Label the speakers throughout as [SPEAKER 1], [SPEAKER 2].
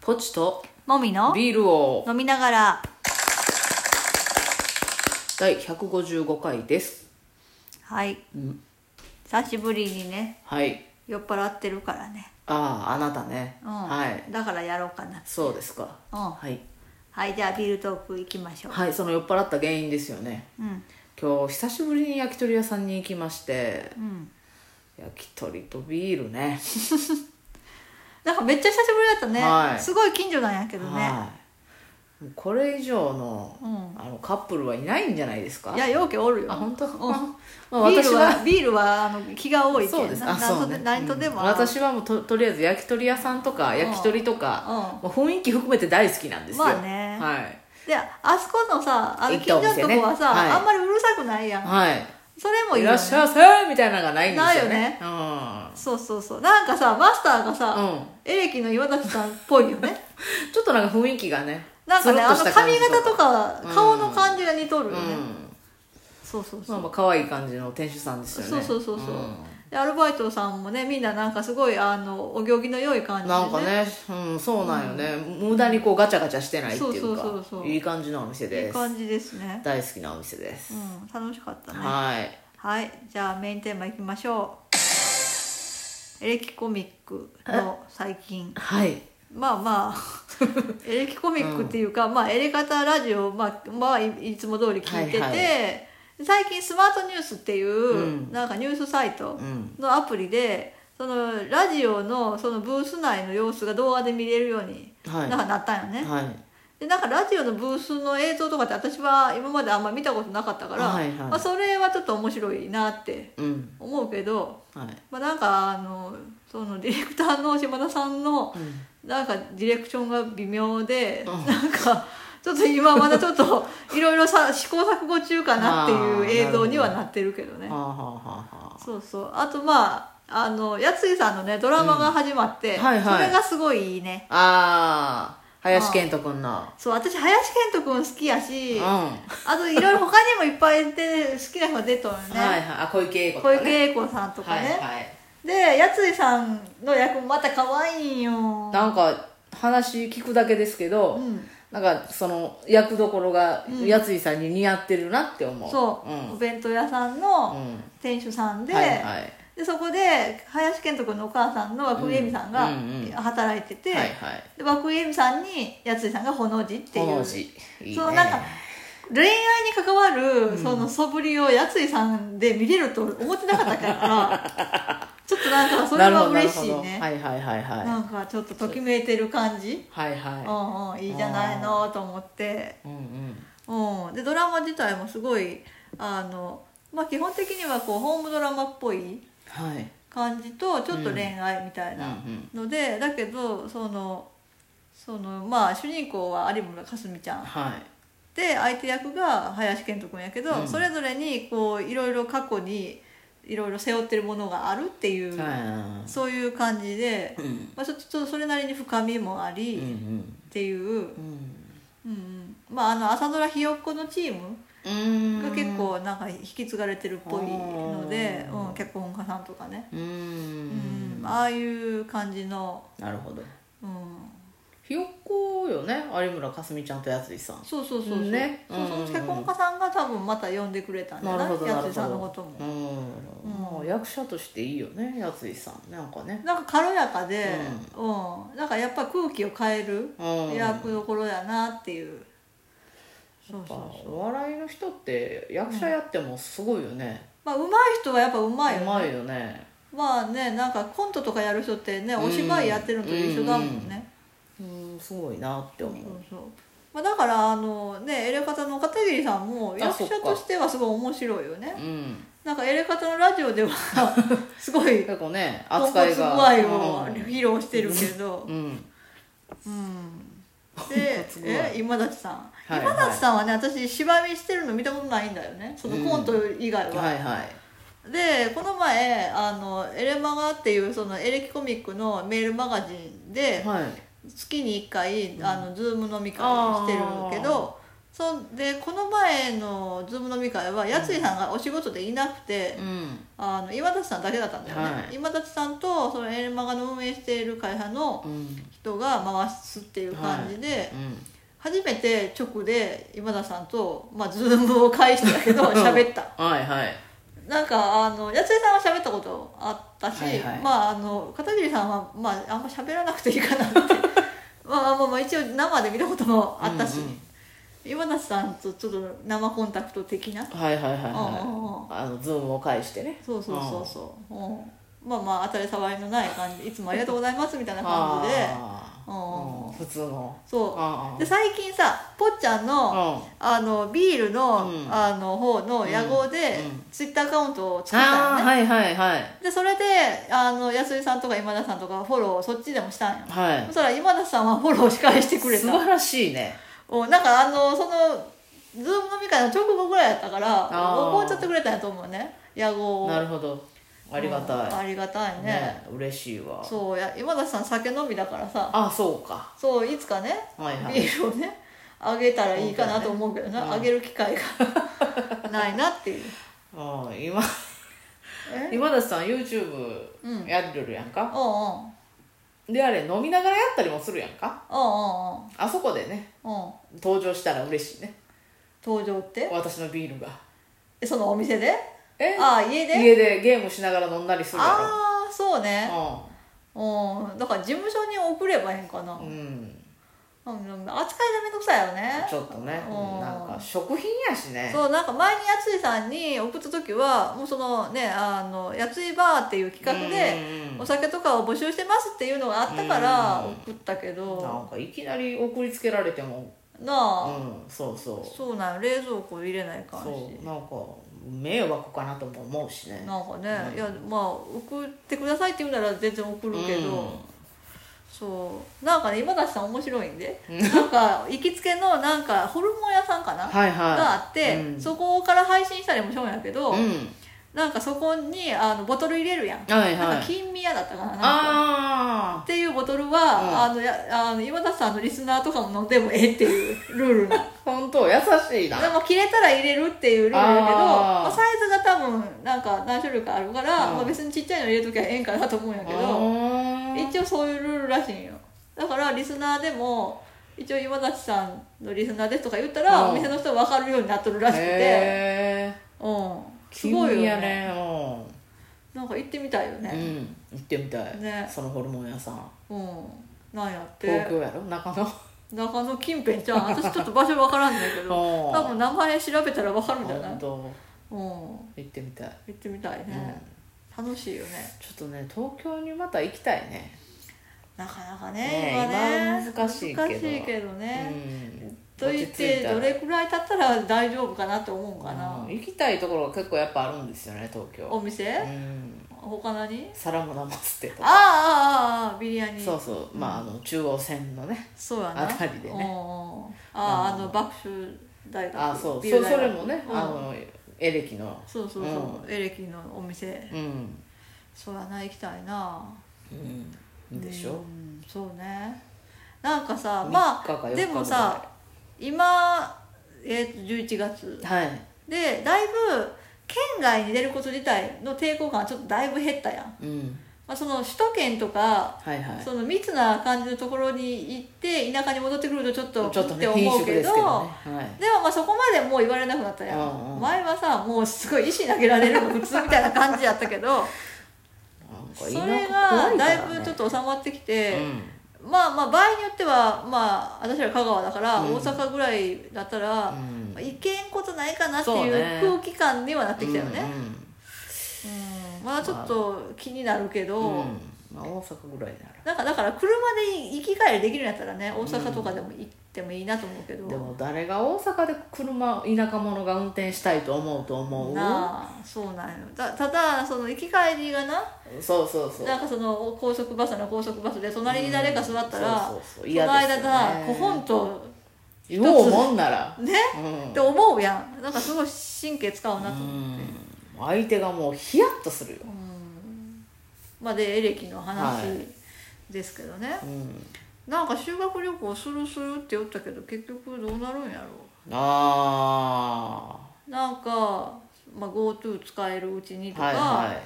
[SPEAKER 1] ポチと
[SPEAKER 2] もみの
[SPEAKER 1] ビールを
[SPEAKER 2] 飲みながら
[SPEAKER 1] 第155回です
[SPEAKER 2] はい、
[SPEAKER 1] ん
[SPEAKER 2] 久しぶりにね
[SPEAKER 1] はい
[SPEAKER 2] 酔っ払ってるからね、
[SPEAKER 1] あああなたね、
[SPEAKER 2] うん
[SPEAKER 1] はい
[SPEAKER 2] だからやろうかな
[SPEAKER 1] そうですか、
[SPEAKER 2] うん
[SPEAKER 1] はい、
[SPEAKER 2] はいじゃあビールトーク行きましょう
[SPEAKER 1] はい、その酔っ払った原因ですよね
[SPEAKER 2] うん
[SPEAKER 1] 今日久しぶりに焼き鳥屋さんに行きまして
[SPEAKER 2] うん
[SPEAKER 1] 焼き鳥とビールね
[SPEAKER 2] なんかめっちゃ久しぶりだったね、
[SPEAKER 1] はい
[SPEAKER 2] すごい近所なんやけどね、
[SPEAKER 1] はいもうこれ以上の,、
[SPEAKER 2] うん
[SPEAKER 1] あのカップルはいないんじゃないですか
[SPEAKER 2] いや容器おるよ
[SPEAKER 1] あ本当、
[SPEAKER 2] うん
[SPEAKER 1] まあ
[SPEAKER 2] ビー
[SPEAKER 1] 私
[SPEAKER 2] ル
[SPEAKER 1] は
[SPEAKER 2] はビールはあの気が多いけん
[SPEAKER 1] そうです
[SPEAKER 2] な
[SPEAKER 1] あそう
[SPEAKER 2] な
[SPEAKER 1] ね
[SPEAKER 2] んと何とでも、
[SPEAKER 1] うん私はもうととりあえず焼き鳥屋さんとか焼き鳥とか、もう雰囲気含めて大好きなんですよ
[SPEAKER 2] まあね
[SPEAKER 1] はい
[SPEAKER 2] であそこのさあの
[SPEAKER 1] 行っ
[SPEAKER 2] 近
[SPEAKER 1] たお
[SPEAKER 2] 所
[SPEAKER 1] 店
[SPEAKER 2] の
[SPEAKER 1] ね
[SPEAKER 2] とこはさ、
[SPEAKER 1] はい
[SPEAKER 2] あんまりうるさくないやん
[SPEAKER 1] はい
[SPEAKER 2] それもいい
[SPEAKER 1] い
[SPEAKER 2] よ
[SPEAKER 1] ら
[SPEAKER 2] ね
[SPEAKER 1] っしゃいませみたいなのがないんですよね
[SPEAKER 2] そうそうそうなんかさマスターがさ、
[SPEAKER 1] うん
[SPEAKER 2] エレキの岩立さんっぽいよ ね
[SPEAKER 1] うん、ちょっとなんか雰囲気がね
[SPEAKER 2] なんかね
[SPEAKER 1] つる
[SPEAKER 2] あ
[SPEAKER 1] っ
[SPEAKER 2] の
[SPEAKER 1] とした
[SPEAKER 2] 髪
[SPEAKER 1] 感じ
[SPEAKER 2] 型とか
[SPEAKER 1] うん
[SPEAKER 2] 顔の感じが似とる
[SPEAKER 1] う
[SPEAKER 2] よね、
[SPEAKER 1] ん
[SPEAKER 2] そうそうそ
[SPEAKER 1] ま
[SPEAKER 2] う、
[SPEAKER 1] あまあ可愛い感じの店主さんですよね
[SPEAKER 2] そうそうそうそう、
[SPEAKER 1] ん
[SPEAKER 2] でアルバイトさんもねみんななんかすごいあのお行儀の良い感じで、ね、
[SPEAKER 1] なんかね、うん、そうなんよね、無駄にこうガチャガチャしてないっていうか
[SPEAKER 2] そうそうそうそう
[SPEAKER 1] いい感じのお店
[SPEAKER 2] い
[SPEAKER 1] で
[SPEAKER 2] い
[SPEAKER 1] す
[SPEAKER 2] 感じですね、
[SPEAKER 1] 大好きなお店です、
[SPEAKER 2] うん、楽しかったねはい、
[SPEAKER 1] はい
[SPEAKER 2] じゃあメインテーマいきましょうエレキコミックの最近
[SPEAKER 1] はい
[SPEAKER 2] まあまあエレキコミックっていうか、まあエレカタラジオ、まあ、まあいいつも通り聞いてて、
[SPEAKER 1] はいは
[SPEAKER 2] 最近スマートニュースっていう、
[SPEAKER 1] うん
[SPEAKER 2] なんかニュースサイト
[SPEAKER 1] うん
[SPEAKER 2] のアプリでそのラジオのそのブース内の様子が動画で見れるように
[SPEAKER 1] は
[SPEAKER 2] ないんかなったんよね、
[SPEAKER 1] はい
[SPEAKER 2] でなんかラジオのブースの映像とかって私は今まであんま見たことなかったから、
[SPEAKER 1] はいはい
[SPEAKER 2] まあ、それはちょっと面白いなって
[SPEAKER 1] うん
[SPEAKER 2] 思うけど、
[SPEAKER 1] はい
[SPEAKER 2] まあ、なんかあのそのディレクターの島田さんの、
[SPEAKER 1] うん
[SPEAKER 2] なんかディレクションが微妙で、なんかちょっと今まだちょっといろいろさ 試行錯誤中かなっていう映像にはなってるけどね
[SPEAKER 1] はあはあはあは
[SPEAKER 2] そうそうあとまああのやついさんのねドラマが始まって、
[SPEAKER 1] うんはいはい
[SPEAKER 2] それがすごいいいね
[SPEAKER 1] あああ林遣都くんの
[SPEAKER 2] そう私林遣都君好きや
[SPEAKER 1] うん
[SPEAKER 2] しあ
[SPEAKER 1] は
[SPEAKER 2] といろいろ他にもいっぱいいて好きな人が出とる
[SPEAKER 1] い
[SPEAKER 2] ね、
[SPEAKER 1] はいあ小池栄子と
[SPEAKER 2] 小
[SPEAKER 1] かね
[SPEAKER 2] 池栄子さんとかね、
[SPEAKER 1] はいはい
[SPEAKER 2] でやついさんの役もまた可愛いんよ
[SPEAKER 1] なんか話聞くだけですけど、
[SPEAKER 2] うん
[SPEAKER 1] なんかその役どころが
[SPEAKER 2] うん
[SPEAKER 1] やついさんに似合ってるなって思う
[SPEAKER 2] そう、お弁当屋さん
[SPEAKER 1] う
[SPEAKER 2] の
[SPEAKER 1] ん、うん、
[SPEAKER 2] 店主さんで、
[SPEAKER 1] はいはい
[SPEAKER 2] でそこで林遣都君のお母さんの涌井恵美さんが
[SPEAKER 1] うんうんうん
[SPEAKER 2] 働いてて、
[SPEAKER 1] はいはい
[SPEAKER 2] で涌井恵美さんにやついさんが「ほの字」っていう
[SPEAKER 1] この字いいね
[SPEAKER 2] そのなんか恋愛に関わるその素振りをやついさんで見れると思ってなかったから ちょっとなんかそれ
[SPEAKER 1] なるほ
[SPEAKER 2] は
[SPEAKER 1] どなる
[SPEAKER 2] 嬉
[SPEAKER 1] ほ
[SPEAKER 2] しい
[SPEAKER 1] ど
[SPEAKER 2] ねな
[SPEAKER 1] はいはいはいはい、
[SPEAKER 2] んかちょっとときめいてる感じ
[SPEAKER 1] はいはい、
[SPEAKER 2] うんうんいいじゃないのと思って
[SPEAKER 1] うんうん
[SPEAKER 2] うん、でドラマ自体もすごいあの、まあ、基本的にはこうホームドラマっぽい
[SPEAKER 1] はい
[SPEAKER 2] 感じとちょっと恋愛みたいな
[SPEAKER 1] うん
[SPEAKER 2] ので、だけどそのそのまあ主人公は有村架純ちゃん
[SPEAKER 1] はい
[SPEAKER 2] で相手役が林遣都君やけど、
[SPEAKER 1] うん
[SPEAKER 2] それぞれにこういろいろ過去にいろいろ背負ってるものがあるっていう、
[SPEAKER 1] は
[SPEAKER 2] そういう感じで
[SPEAKER 1] い、、うん
[SPEAKER 2] まあ、ちょっとちょっとそれなりに深みもあ
[SPEAKER 1] うんう
[SPEAKER 2] り
[SPEAKER 1] ん
[SPEAKER 2] っていう、
[SPEAKER 1] うん
[SPEAKER 2] うんうんまああの朝ドラひよっこのチーム
[SPEAKER 1] うん
[SPEAKER 2] が結構なんか引き継がれてるっぽいので、
[SPEAKER 1] うん
[SPEAKER 2] うん、脚本家さんとかね、
[SPEAKER 1] うん、
[SPEAKER 2] うん、ああいう感じの、
[SPEAKER 1] なるほど
[SPEAKER 2] うん、
[SPEAKER 1] ひよっこよね有村架純ちゃんとやついさん
[SPEAKER 2] そうそうそうそう、
[SPEAKER 1] ね
[SPEAKER 2] そうそ
[SPEAKER 1] う
[SPEAKER 2] の
[SPEAKER 1] ん
[SPEAKER 2] 脚本家さんが多分また呼んでくれたんじゃ
[SPEAKER 1] なる
[SPEAKER 2] な
[SPEAKER 1] ほ
[SPEAKER 2] い
[SPEAKER 1] どな
[SPEAKER 2] や
[SPEAKER 1] るほ
[SPEAKER 2] つ
[SPEAKER 1] ど
[SPEAKER 2] さんのことも
[SPEAKER 1] うん、
[SPEAKER 2] うん
[SPEAKER 1] もう役者としていいよねやついさんなんかね
[SPEAKER 2] なんか軽やかで、うんなんかやっぱ空気を変える
[SPEAKER 1] うん
[SPEAKER 2] 役どころやなっていう、そうそうそう
[SPEAKER 1] お笑いの人って役者やってもすごいよね、
[SPEAKER 2] まあ上手い人はやっぱ上
[SPEAKER 1] う
[SPEAKER 2] 手いよね
[SPEAKER 1] まいよね
[SPEAKER 2] まあねなんかコントとかやる人ってねお芝居やってるのと一緒だもんね、
[SPEAKER 1] うんすごいなって思う、
[SPEAKER 2] そうそうまあ、だからあのねエレカタの片桐さんも
[SPEAKER 1] あ
[SPEAKER 2] 役
[SPEAKER 1] そ
[SPEAKER 2] 者
[SPEAKER 1] っか
[SPEAKER 2] としてはすごい面白いよね
[SPEAKER 1] うん、
[SPEAKER 2] なんかエレカタのラジオではすごい
[SPEAKER 1] 結構ね
[SPEAKER 2] ポンコ
[SPEAKER 1] 扱い
[SPEAKER 2] ツ具
[SPEAKER 1] が
[SPEAKER 2] 合を披露してるけど
[SPEAKER 1] うん、うん
[SPEAKER 2] うん
[SPEAKER 1] ポン
[SPEAKER 2] で
[SPEAKER 1] コツ具合
[SPEAKER 2] え今立さん、
[SPEAKER 1] はい
[SPEAKER 2] 今立さんはね私芝居してるの見たことないんだよねそのコント以外は、
[SPEAKER 1] はいはい
[SPEAKER 2] でこの前あのエレマガっていうそのエレキコミックのメールマガジンで、
[SPEAKER 1] はい
[SPEAKER 2] 月に1回、あのズーム飲み会してるけどそんでこの前のズーム飲み会はやついさんがお仕事でいなくて、
[SPEAKER 1] うん
[SPEAKER 2] あの今立さんだけだったんだよね、
[SPEAKER 1] はい
[SPEAKER 2] 今立さんとそのエルマガの運営している会社の
[SPEAKER 1] うん
[SPEAKER 2] 一人が回すっていう感じで、
[SPEAKER 1] うん
[SPEAKER 2] 初めて直で今田さんと、まあ、ズームを介してだけど喋った
[SPEAKER 1] はいはい
[SPEAKER 2] なんかあの八代さんは喋ったことあったし、
[SPEAKER 1] はいはい
[SPEAKER 2] まああの片桐さんは、まあ、あんま喋らなくていいかなって まあまあまあ一応生で見たこともあったし、
[SPEAKER 1] うんうん
[SPEAKER 2] 今田さんとちょっと生コンタクト的な
[SPEAKER 1] はいはいはいはい
[SPEAKER 2] うんうんうん
[SPEAKER 1] あのズームを介してね
[SPEAKER 2] そうそうそうそう、うん、まあまあ当たり障りのない感じいつもありがとうございますみたいな感じで、
[SPEAKER 1] あ
[SPEAKER 2] うん
[SPEAKER 1] ーうん普通の
[SPEAKER 2] そ
[SPEAKER 1] あ
[SPEAKER 2] う
[SPEAKER 1] ー
[SPEAKER 2] で最近さぽっちゃんの、
[SPEAKER 1] あ
[SPEAKER 2] あのビールの,、
[SPEAKER 1] うん
[SPEAKER 2] あの方の野号で、
[SPEAKER 1] うん
[SPEAKER 2] ツイッターアカウントを
[SPEAKER 1] ー
[SPEAKER 2] 作ったよね、
[SPEAKER 1] はいはいはい
[SPEAKER 2] でそれであの安井さんとか今田さんとかフォローそっちでもしたんよ
[SPEAKER 1] は
[SPEAKER 2] そしたら今田さんはフォローし返して
[SPEAKER 1] い
[SPEAKER 2] くれ
[SPEAKER 1] 素
[SPEAKER 2] た
[SPEAKER 1] 晴らしいね
[SPEAKER 2] おなんかあのそのズーム飲み会の直後ぐらいやったから
[SPEAKER 1] あー
[SPEAKER 2] 覚えちゃってくれたんやと思うね野号を
[SPEAKER 1] なるほどありが
[SPEAKER 2] うん
[SPEAKER 1] た
[SPEAKER 2] ありがたい
[SPEAKER 1] い
[SPEAKER 2] ね
[SPEAKER 1] ね嬉しいわ
[SPEAKER 2] そうや今田さん酒飲みだからさ
[SPEAKER 1] あそうか
[SPEAKER 2] そういつかね
[SPEAKER 1] はいは
[SPEAKER 2] ビ
[SPEAKER 1] い
[SPEAKER 2] ールをねあげたらいいかなと思うけどな、
[SPEAKER 1] うん
[SPEAKER 2] あげる機会が ないなっていう
[SPEAKER 1] うん今
[SPEAKER 2] え
[SPEAKER 1] 今田さん YouTube
[SPEAKER 2] うん
[SPEAKER 1] やってるやんか
[SPEAKER 2] おうんうん
[SPEAKER 1] であれ飲みながらやったりもするやんか
[SPEAKER 2] お
[SPEAKER 1] あそこでね
[SPEAKER 2] うんうんうんうん
[SPEAKER 1] 登場したら嬉しいね
[SPEAKER 2] 登場って
[SPEAKER 1] 私のビールが
[SPEAKER 2] えそのお店で
[SPEAKER 1] え
[SPEAKER 2] ああ家で
[SPEAKER 1] 家でゲームしながら飲んだりするや
[SPEAKER 2] ああそうね
[SPEAKER 1] ろ
[SPEAKER 2] うんだから事務所に送ればいいんかな、
[SPEAKER 1] う、
[SPEAKER 2] うん
[SPEAKER 1] うん、
[SPEAKER 2] ん、でも扱いがめんどくさいよね
[SPEAKER 1] ちょっとね
[SPEAKER 2] うん
[SPEAKER 1] なんか食品やしね
[SPEAKER 2] そうなんか前にやついさんに送った時はもうそのねあのやついバーっていう企画で
[SPEAKER 1] うん
[SPEAKER 2] お酒とかを募集してますっていうのがあったから
[SPEAKER 1] うん
[SPEAKER 2] 送ったけ
[SPEAKER 1] なん
[SPEAKER 2] ど
[SPEAKER 1] かいきなり送りつけられても
[SPEAKER 2] な
[SPEAKER 1] う
[SPEAKER 2] あ
[SPEAKER 1] んそうそう
[SPEAKER 2] そうなんよ冷蔵庫入れない感じ
[SPEAKER 1] そうなんか迷惑かなとも思うしね
[SPEAKER 2] なんかね、
[SPEAKER 1] うん
[SPEAKER 2] いやまあ送ってくださいって言うなら全然送るけど、
[SPEAKER 1] うん
[SPEAKER 2] そうなんかね今田さん面白いんで、
[SPEAKER 1] うん
[SPEAKER 2] なんか行きつけのなんかホルモン屋さんかな、
[SPEAKER 1] はいはい
[SPEAKER 2] があって、
[SPEAKER 1] うん
[SPEAKER 2] そこから配信したりもしょんやけど、
[SPEAKER 1] うん
[SPEAKER 2] なんかそこにあのボトル入れるやん、
[SPEAKER 1] はい
[SPEAKER 2] な
[SPEAKER 1] は
[SPEAKER 2] んか
[SPEAKER 1] い
[SPEAKER 2] 金宮だったかななんか
[SPEAKER 1] あ
[SPEAKER 2] っていうボトル
[SPEAKER 1] うん
[SPEAKER 2] は、あのやあの今田さんのリスナーとかも飲んでもええっていうルールなの
[SPEAKER 1] あ本当優しいな
[SPEAKER 2] でも切れたら入れるっていうルールやけ
[SPEAKER 1] あ
[SPEAKER 2] ど
[SPEAKER 1] ー
[SPEAKER 2] まあ、サイズが多分なんか何種類かあるから、
[SPEAKER 1] うん
[SPEAKER 2] まあ、別にちっちゃいの入れときゃええんかなと思うんやけど
[SPEAKER 1] あー
[SPEAKER 2] 一応そういうルールらしいんよだからリスナーでも一応今立さんのリスナーですとか言ったら、
[SPEAKER 1] うん
[SPEAKER 2] お店の人は分かるようになっとるらしくて、
[SPEAKER 1] へ
[SPEAKER 2] うん、
[SPEAKER 1] ー
[SPEAKER 2] すごいよ
[SPEAKER 1] 金
[SPEAKER 2] ね
[SPEAKER 1] やねう
[SPEAKER 2] なんか行ってみたいよ
[SPEAKER 1] んう
[SPEAKER 2] ね
[SPEAKER 1] ん行ってみたい
[SPEAKER 2] ね
[SPEAKER 1] そのホルモン屋さん
[SPEAKER 2] うん、なんやって
[SPEAKER 1] 東京やろ中野
[SPEAKER 2] 中野近辺じゃん私ちょっと場所分からんねん けど多
[SPEAKER 1] 多
[SPEAKER 2] 分名前調べたら分かるんじゃない、
[SPEAKER 1] 本
[SPEAKER 2] うん、
[SPEAKER 1] 当
[SPEAKER 2] 行
[SPEAKER 1] 行ってみたい、
[SPEAKER 2] ってみたい
[SPEAKER 1] うん
[SPEAKER 2] ね、楽しいよね
[SPEAKER 1] ちょっとね東京にまた行きたいね
[SPEAKER 2] なかなか
[SPEAKER 1] ね
[SPEAKER 2] ね
[SPEAKER 1] え
[SPEAKER 2] 今ね
[SPEAKER 1] 今は難しいけど
[SPEAKER 2] 難しいけどね、
[SPEAKER 1] うん
[SPEAKER 2] と言ってどれくらい経ったら大丈夫かなって思うかな、
[SPEAKER 1] うん行きたいところが結構やっぱあるんですよね東京
[SPEAKER 2] お店
[SPEAKER 1] うん
[SPEAKER 2] 他何
[SPEAKER 1] サラモナマステと
[SPEAKER 2] ああ
[SPEAKER 1] か
[SPEAKER 2] ああああビリヤニ
[SPEAKER 1] そうそう、まああの中央線のね
[SPEAKER 2] そうや
[SPEAKER 1] あ
[SPEAKER 2] な
[SPEAKER 1] たりでね
[SPEAKER 2] うんうんうんあああの爆笑大学
[SPEAKER 1] あそう
[SPEAKER 2] ビ
[SPEAKER 1] そ
[SPEAKER 2] ル
[SPEAKER 1] う
[SPEAKER 2] 大
[SPEAKER 1] そ
[SPEAKER 2] 学
[SPEAKER 1] れもね、
[SPEAKER 2] うん
[SPEAKER 1] あのエレキの
[SPEAKER 2] そうそうそう、エレキのお店
[SPEAKER 1] うん、
[SPEAKER 2] そうやな行きたいな
[SPEAKER 1] うん、でしょ、
[SPEAKER 2] うんそうねなんかさ
[SPEAKER 1] 三
[SPEAKER 2] ま
[SPEAKER 1] 日か
[SPEAKER 2] あ
[SPEAKER 1] 四日
[SPEAKER 2] でもさ今えっと11月
[SPEAKER 1] ぐらいはい
[SPEAKER 2] でだいぶ県外に出ること自体の抵抗感はちょっとだいぶ減ったやん、
[SPEAKER 1] うん
[SPEAKER 2] まあ、その首都圏とか
[SPEAKER 1] はいはい
[SPEAKER 2] その密な感じのところに行って田舎に戻ってくるとちょっと
[SPEAKER 1] ちょっと
[SPEAKER 2] って
[SPEAKER 1] ね
[SPEAKER 2] 思
[SPEAKER 1] 品
[SPEAKER 2] う
[SPEAKER 1] 種
[SPEAKER 2] け
[SPEAKER 1] です
[SPEAKER 2] ど
[SPEAKER 1] けどねはい
[SPEAKER 2] でもまあそこまでもう言われなくなったやん、
[SPEAKER 1] うんうん
[SPEAKER 2] 前はさもうすごい石投げられるの 普通みたいな感じやったけどそ
[SPEAKER 1] なんか田
[SPEAKER 2] れ
[SPEAKER 1] 舎怖
[SPEAKER 2] が
[SPEAKER 1] いから
[SPEAKER 2] だ
[SPEAKER 1] ね
[SPEAKER 2] いぶちょっと収まってきて、
[SPEAKER 1] うん
[SPEAKER 2] まあまあ場合によってはまあ私ら香川だから
[SPEAKER 1] うん
[SPEAKER 2] 大阪ぐらいだったら、
[SPEAKER 1] うん
[SPEAKER 2] まあ行けんことないかなってい
[SPEAKER 1] そうね
[SPEAKER 2] う空気感にはなってきたよね、
[SPEAKER 1] うんうん
[SPEAKER 2] うんまあちょっと気になるけど、
[SPEAKER 1] うんまあ、大阪ぐらいなら
[SPEAKER 2] なんかだから車で行き帰りできるんやったらね大阪とかでも行ってもいいなと思うけど、
[SPEAKER 1] でも誰が大阪で車田舎者が運転したいと思うと思う
[SPEAKER 2] なあそうなんよだただその行き帰りがな
[SPEAKER 1] そうそうそう
[SPEAKER 2] なんかその高速バスの高速バスで隣に誰か座ったら、
[SPEAKER 1] うんそうそうそう
[SPEAKER 2] こ
[SPEAKER 1] 嫌
[SPEAKER 2] の
[SPEAKER 1] です
[SPEAKER 2] 間
[SPEAKER 1] よね
[SPEAKER 2] さこほんと
[SPEAKER 1] 言おうもんなら
[SPEAKER 2] ね、
[SPEAKER 1] うん
[SPEAKER 2] って思うやんなんかすごい神経使うなと思って、
[SPEAKER 1] うん相手がもうヒヤッとするよ、
[SPEAKER 2] まあでエレキの話
[SPEAKER 1] はい
[SPEAKER 2] ですけどね、
[SPEAKER 1] うん、
[SPEAKER 2] なんか修学旅行するするって言ったけど結局どうなるんやろ
[SPEAKER 1] あ
[SPEAKER 2] うなんか、まあ、GoTo 使えるうち
[SPEAKER 1] ー
[SPEAKER 2] にとか、
[SPEAKER 1] はいは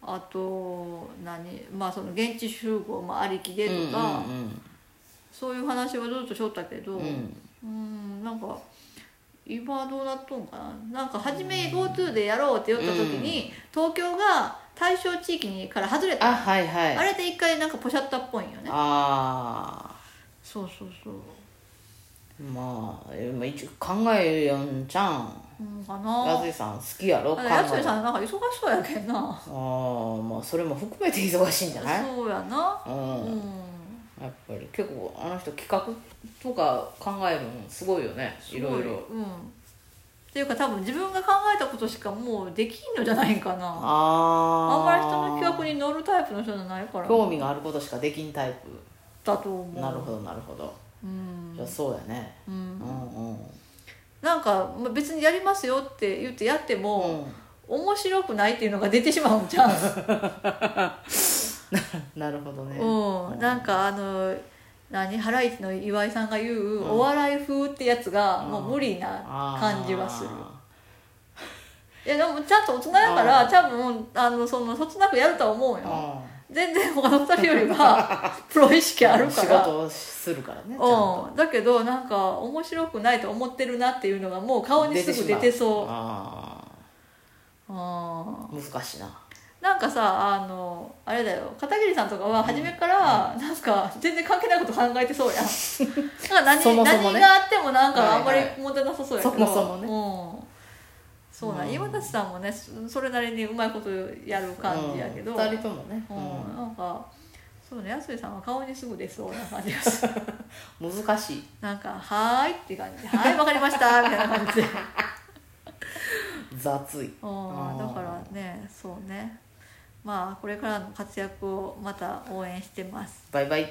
[SPEAKER 2] あと何まあその現地集合もありきでと
[SPEAKER 1] うん
[SPEAKER 2] か、
[SPEAKER 1] うん
[SPEAKER 2] そういう話はずっとしょったけど
[SPEAKER 1] う
[SPEAKER 2] うん
[SPEAKER 1] うん
[SPEAKER 2] んなんか今はどうなっとんかななんか初め GoTo でやろうって言った時に、東京が対象地域にから外れた
[SPEAKER 1] あはいはい
[SPEAKER 2] あれで一回なんかポシャったっぽいんよね
[SPEAKER 1] あ
[SPEAKER 2] そうそうそう
[SPEAKER 1] ーまあえまあ一応考えるやんちゃん
[SPEAKER 2] うんかな
[SPEAKER 1] ラズイさん好きやろ考え
[SPEAKER 2] やつり
[SPEAKER 1] あ
[SPEAKER 2] さんなんか忙しそうやけんな
[SPEAKER 1] あーまあそれも含めて忙しいんじゃない
[SPEAKER 2] そうやな
[SPEAKER 1] う
[SPEAKER 2] うんん
[SPEAKER 1] やっぱり結構あの人企画とか考えるのすごいよね
[SPEAKER 2] すご
[SPEAKER 1] いろいろ
[SPEAKER 2] うんっていうか多分自分が考えたことしかもうできんのじゃないんかな
[SPEAKER 1] あ
[SPEAKER 2] あん
[SPEAKER 1] ー
[SPEAKER 2] まり人の企画に乗るタイプの人じゃないから
[SPEAKER 1] 興味があることしかできんタイプ
[SPEAKER 2] だと思う
[SPEAKER 1] なるほどなるほど
[SPEAKER 2] うん
[SPEAKER 1] じゃあそうやね
[SPEAKER 2] う
[SPEAKER 1] うん
[SPEAKER 2] ん
[SPEAKER 1] うん
[SPEAKER 2] なんかまあ別にやりますよって言ってやって
[SPEAKER 1] う
[SPEAKER 2] も、
[SPEAKER 1] ん
[SPEAKER 2] 面白くないっていうのが出てしまうんじゃ ん、
[SPEAKER 1] なるほどね
[SPEAKER 2] うん、なんかあの何ハライチの岩井さんが言う、
[SPEAKER 1] ん
[SPEAKER 2] お笑い風ってやつがもう無理
[SPEAKER 1] あ
[SPEAKER 2] な
[SPEAKER 1] ー
[SPEAKER 2] 感じはするいやでもちゃんと大人やから多分あのそのそつなくやるとは思うよ
[SPEAKER 1] うん
[SPEAKER 2] 全然他の2人より はプロ意識あるか
[SPEAKER 1] 仕
[SPEAKER 2] ら
[SPEAKER 1] 事をするからねちゃんと
[SPEAKER 2] うん、だけどなんか面白くないと思ってるなっていうのがもう顔にすぐ出てそう
[SPEAKER 1] あ
[SPEAKER 2] あ
[SPEAKER 1] ー難しいな
[SPEAKER 2] なんかさあのあれだよ片桐さんとかは初めからなんか全然関係ないこと考え てそうやんなんか何
[SPEAKER 1] そもそもね
[SPEAKER 2] 何があってもなんかあんまり
[SPEAKER 1] はいは
[SPEAKER 2] 問題なさそうやけど、
[SPEAKER 1] そもそもね
[SPEAKER 2] うんそうなん、
[SPEAKER 1] うん
[SPEAKER 2] 岩立さんもねそそれなりにうまいことやる感じやけど、
[SPEAKER 1] う
[SPEAKER 2] うんん
[SPEAKER 1] 二人ともね、
[SPEAKER 2] なんかそうね安井さんは顔にすぐ出そうな感じがする
[SPEAKER 1] うん難しい
[SPEAKER 2] なんか「はーい」って感じで「はいわかりました」みたいな感じで
[SPEAKER 1] 雑い
[SPEAKER 2] うん
[SPEAKER 1] あー
[SPEAKER 2] だからねそうねまあこれからの活躍をまた応援してます
[SPEAKER 1] バイバイ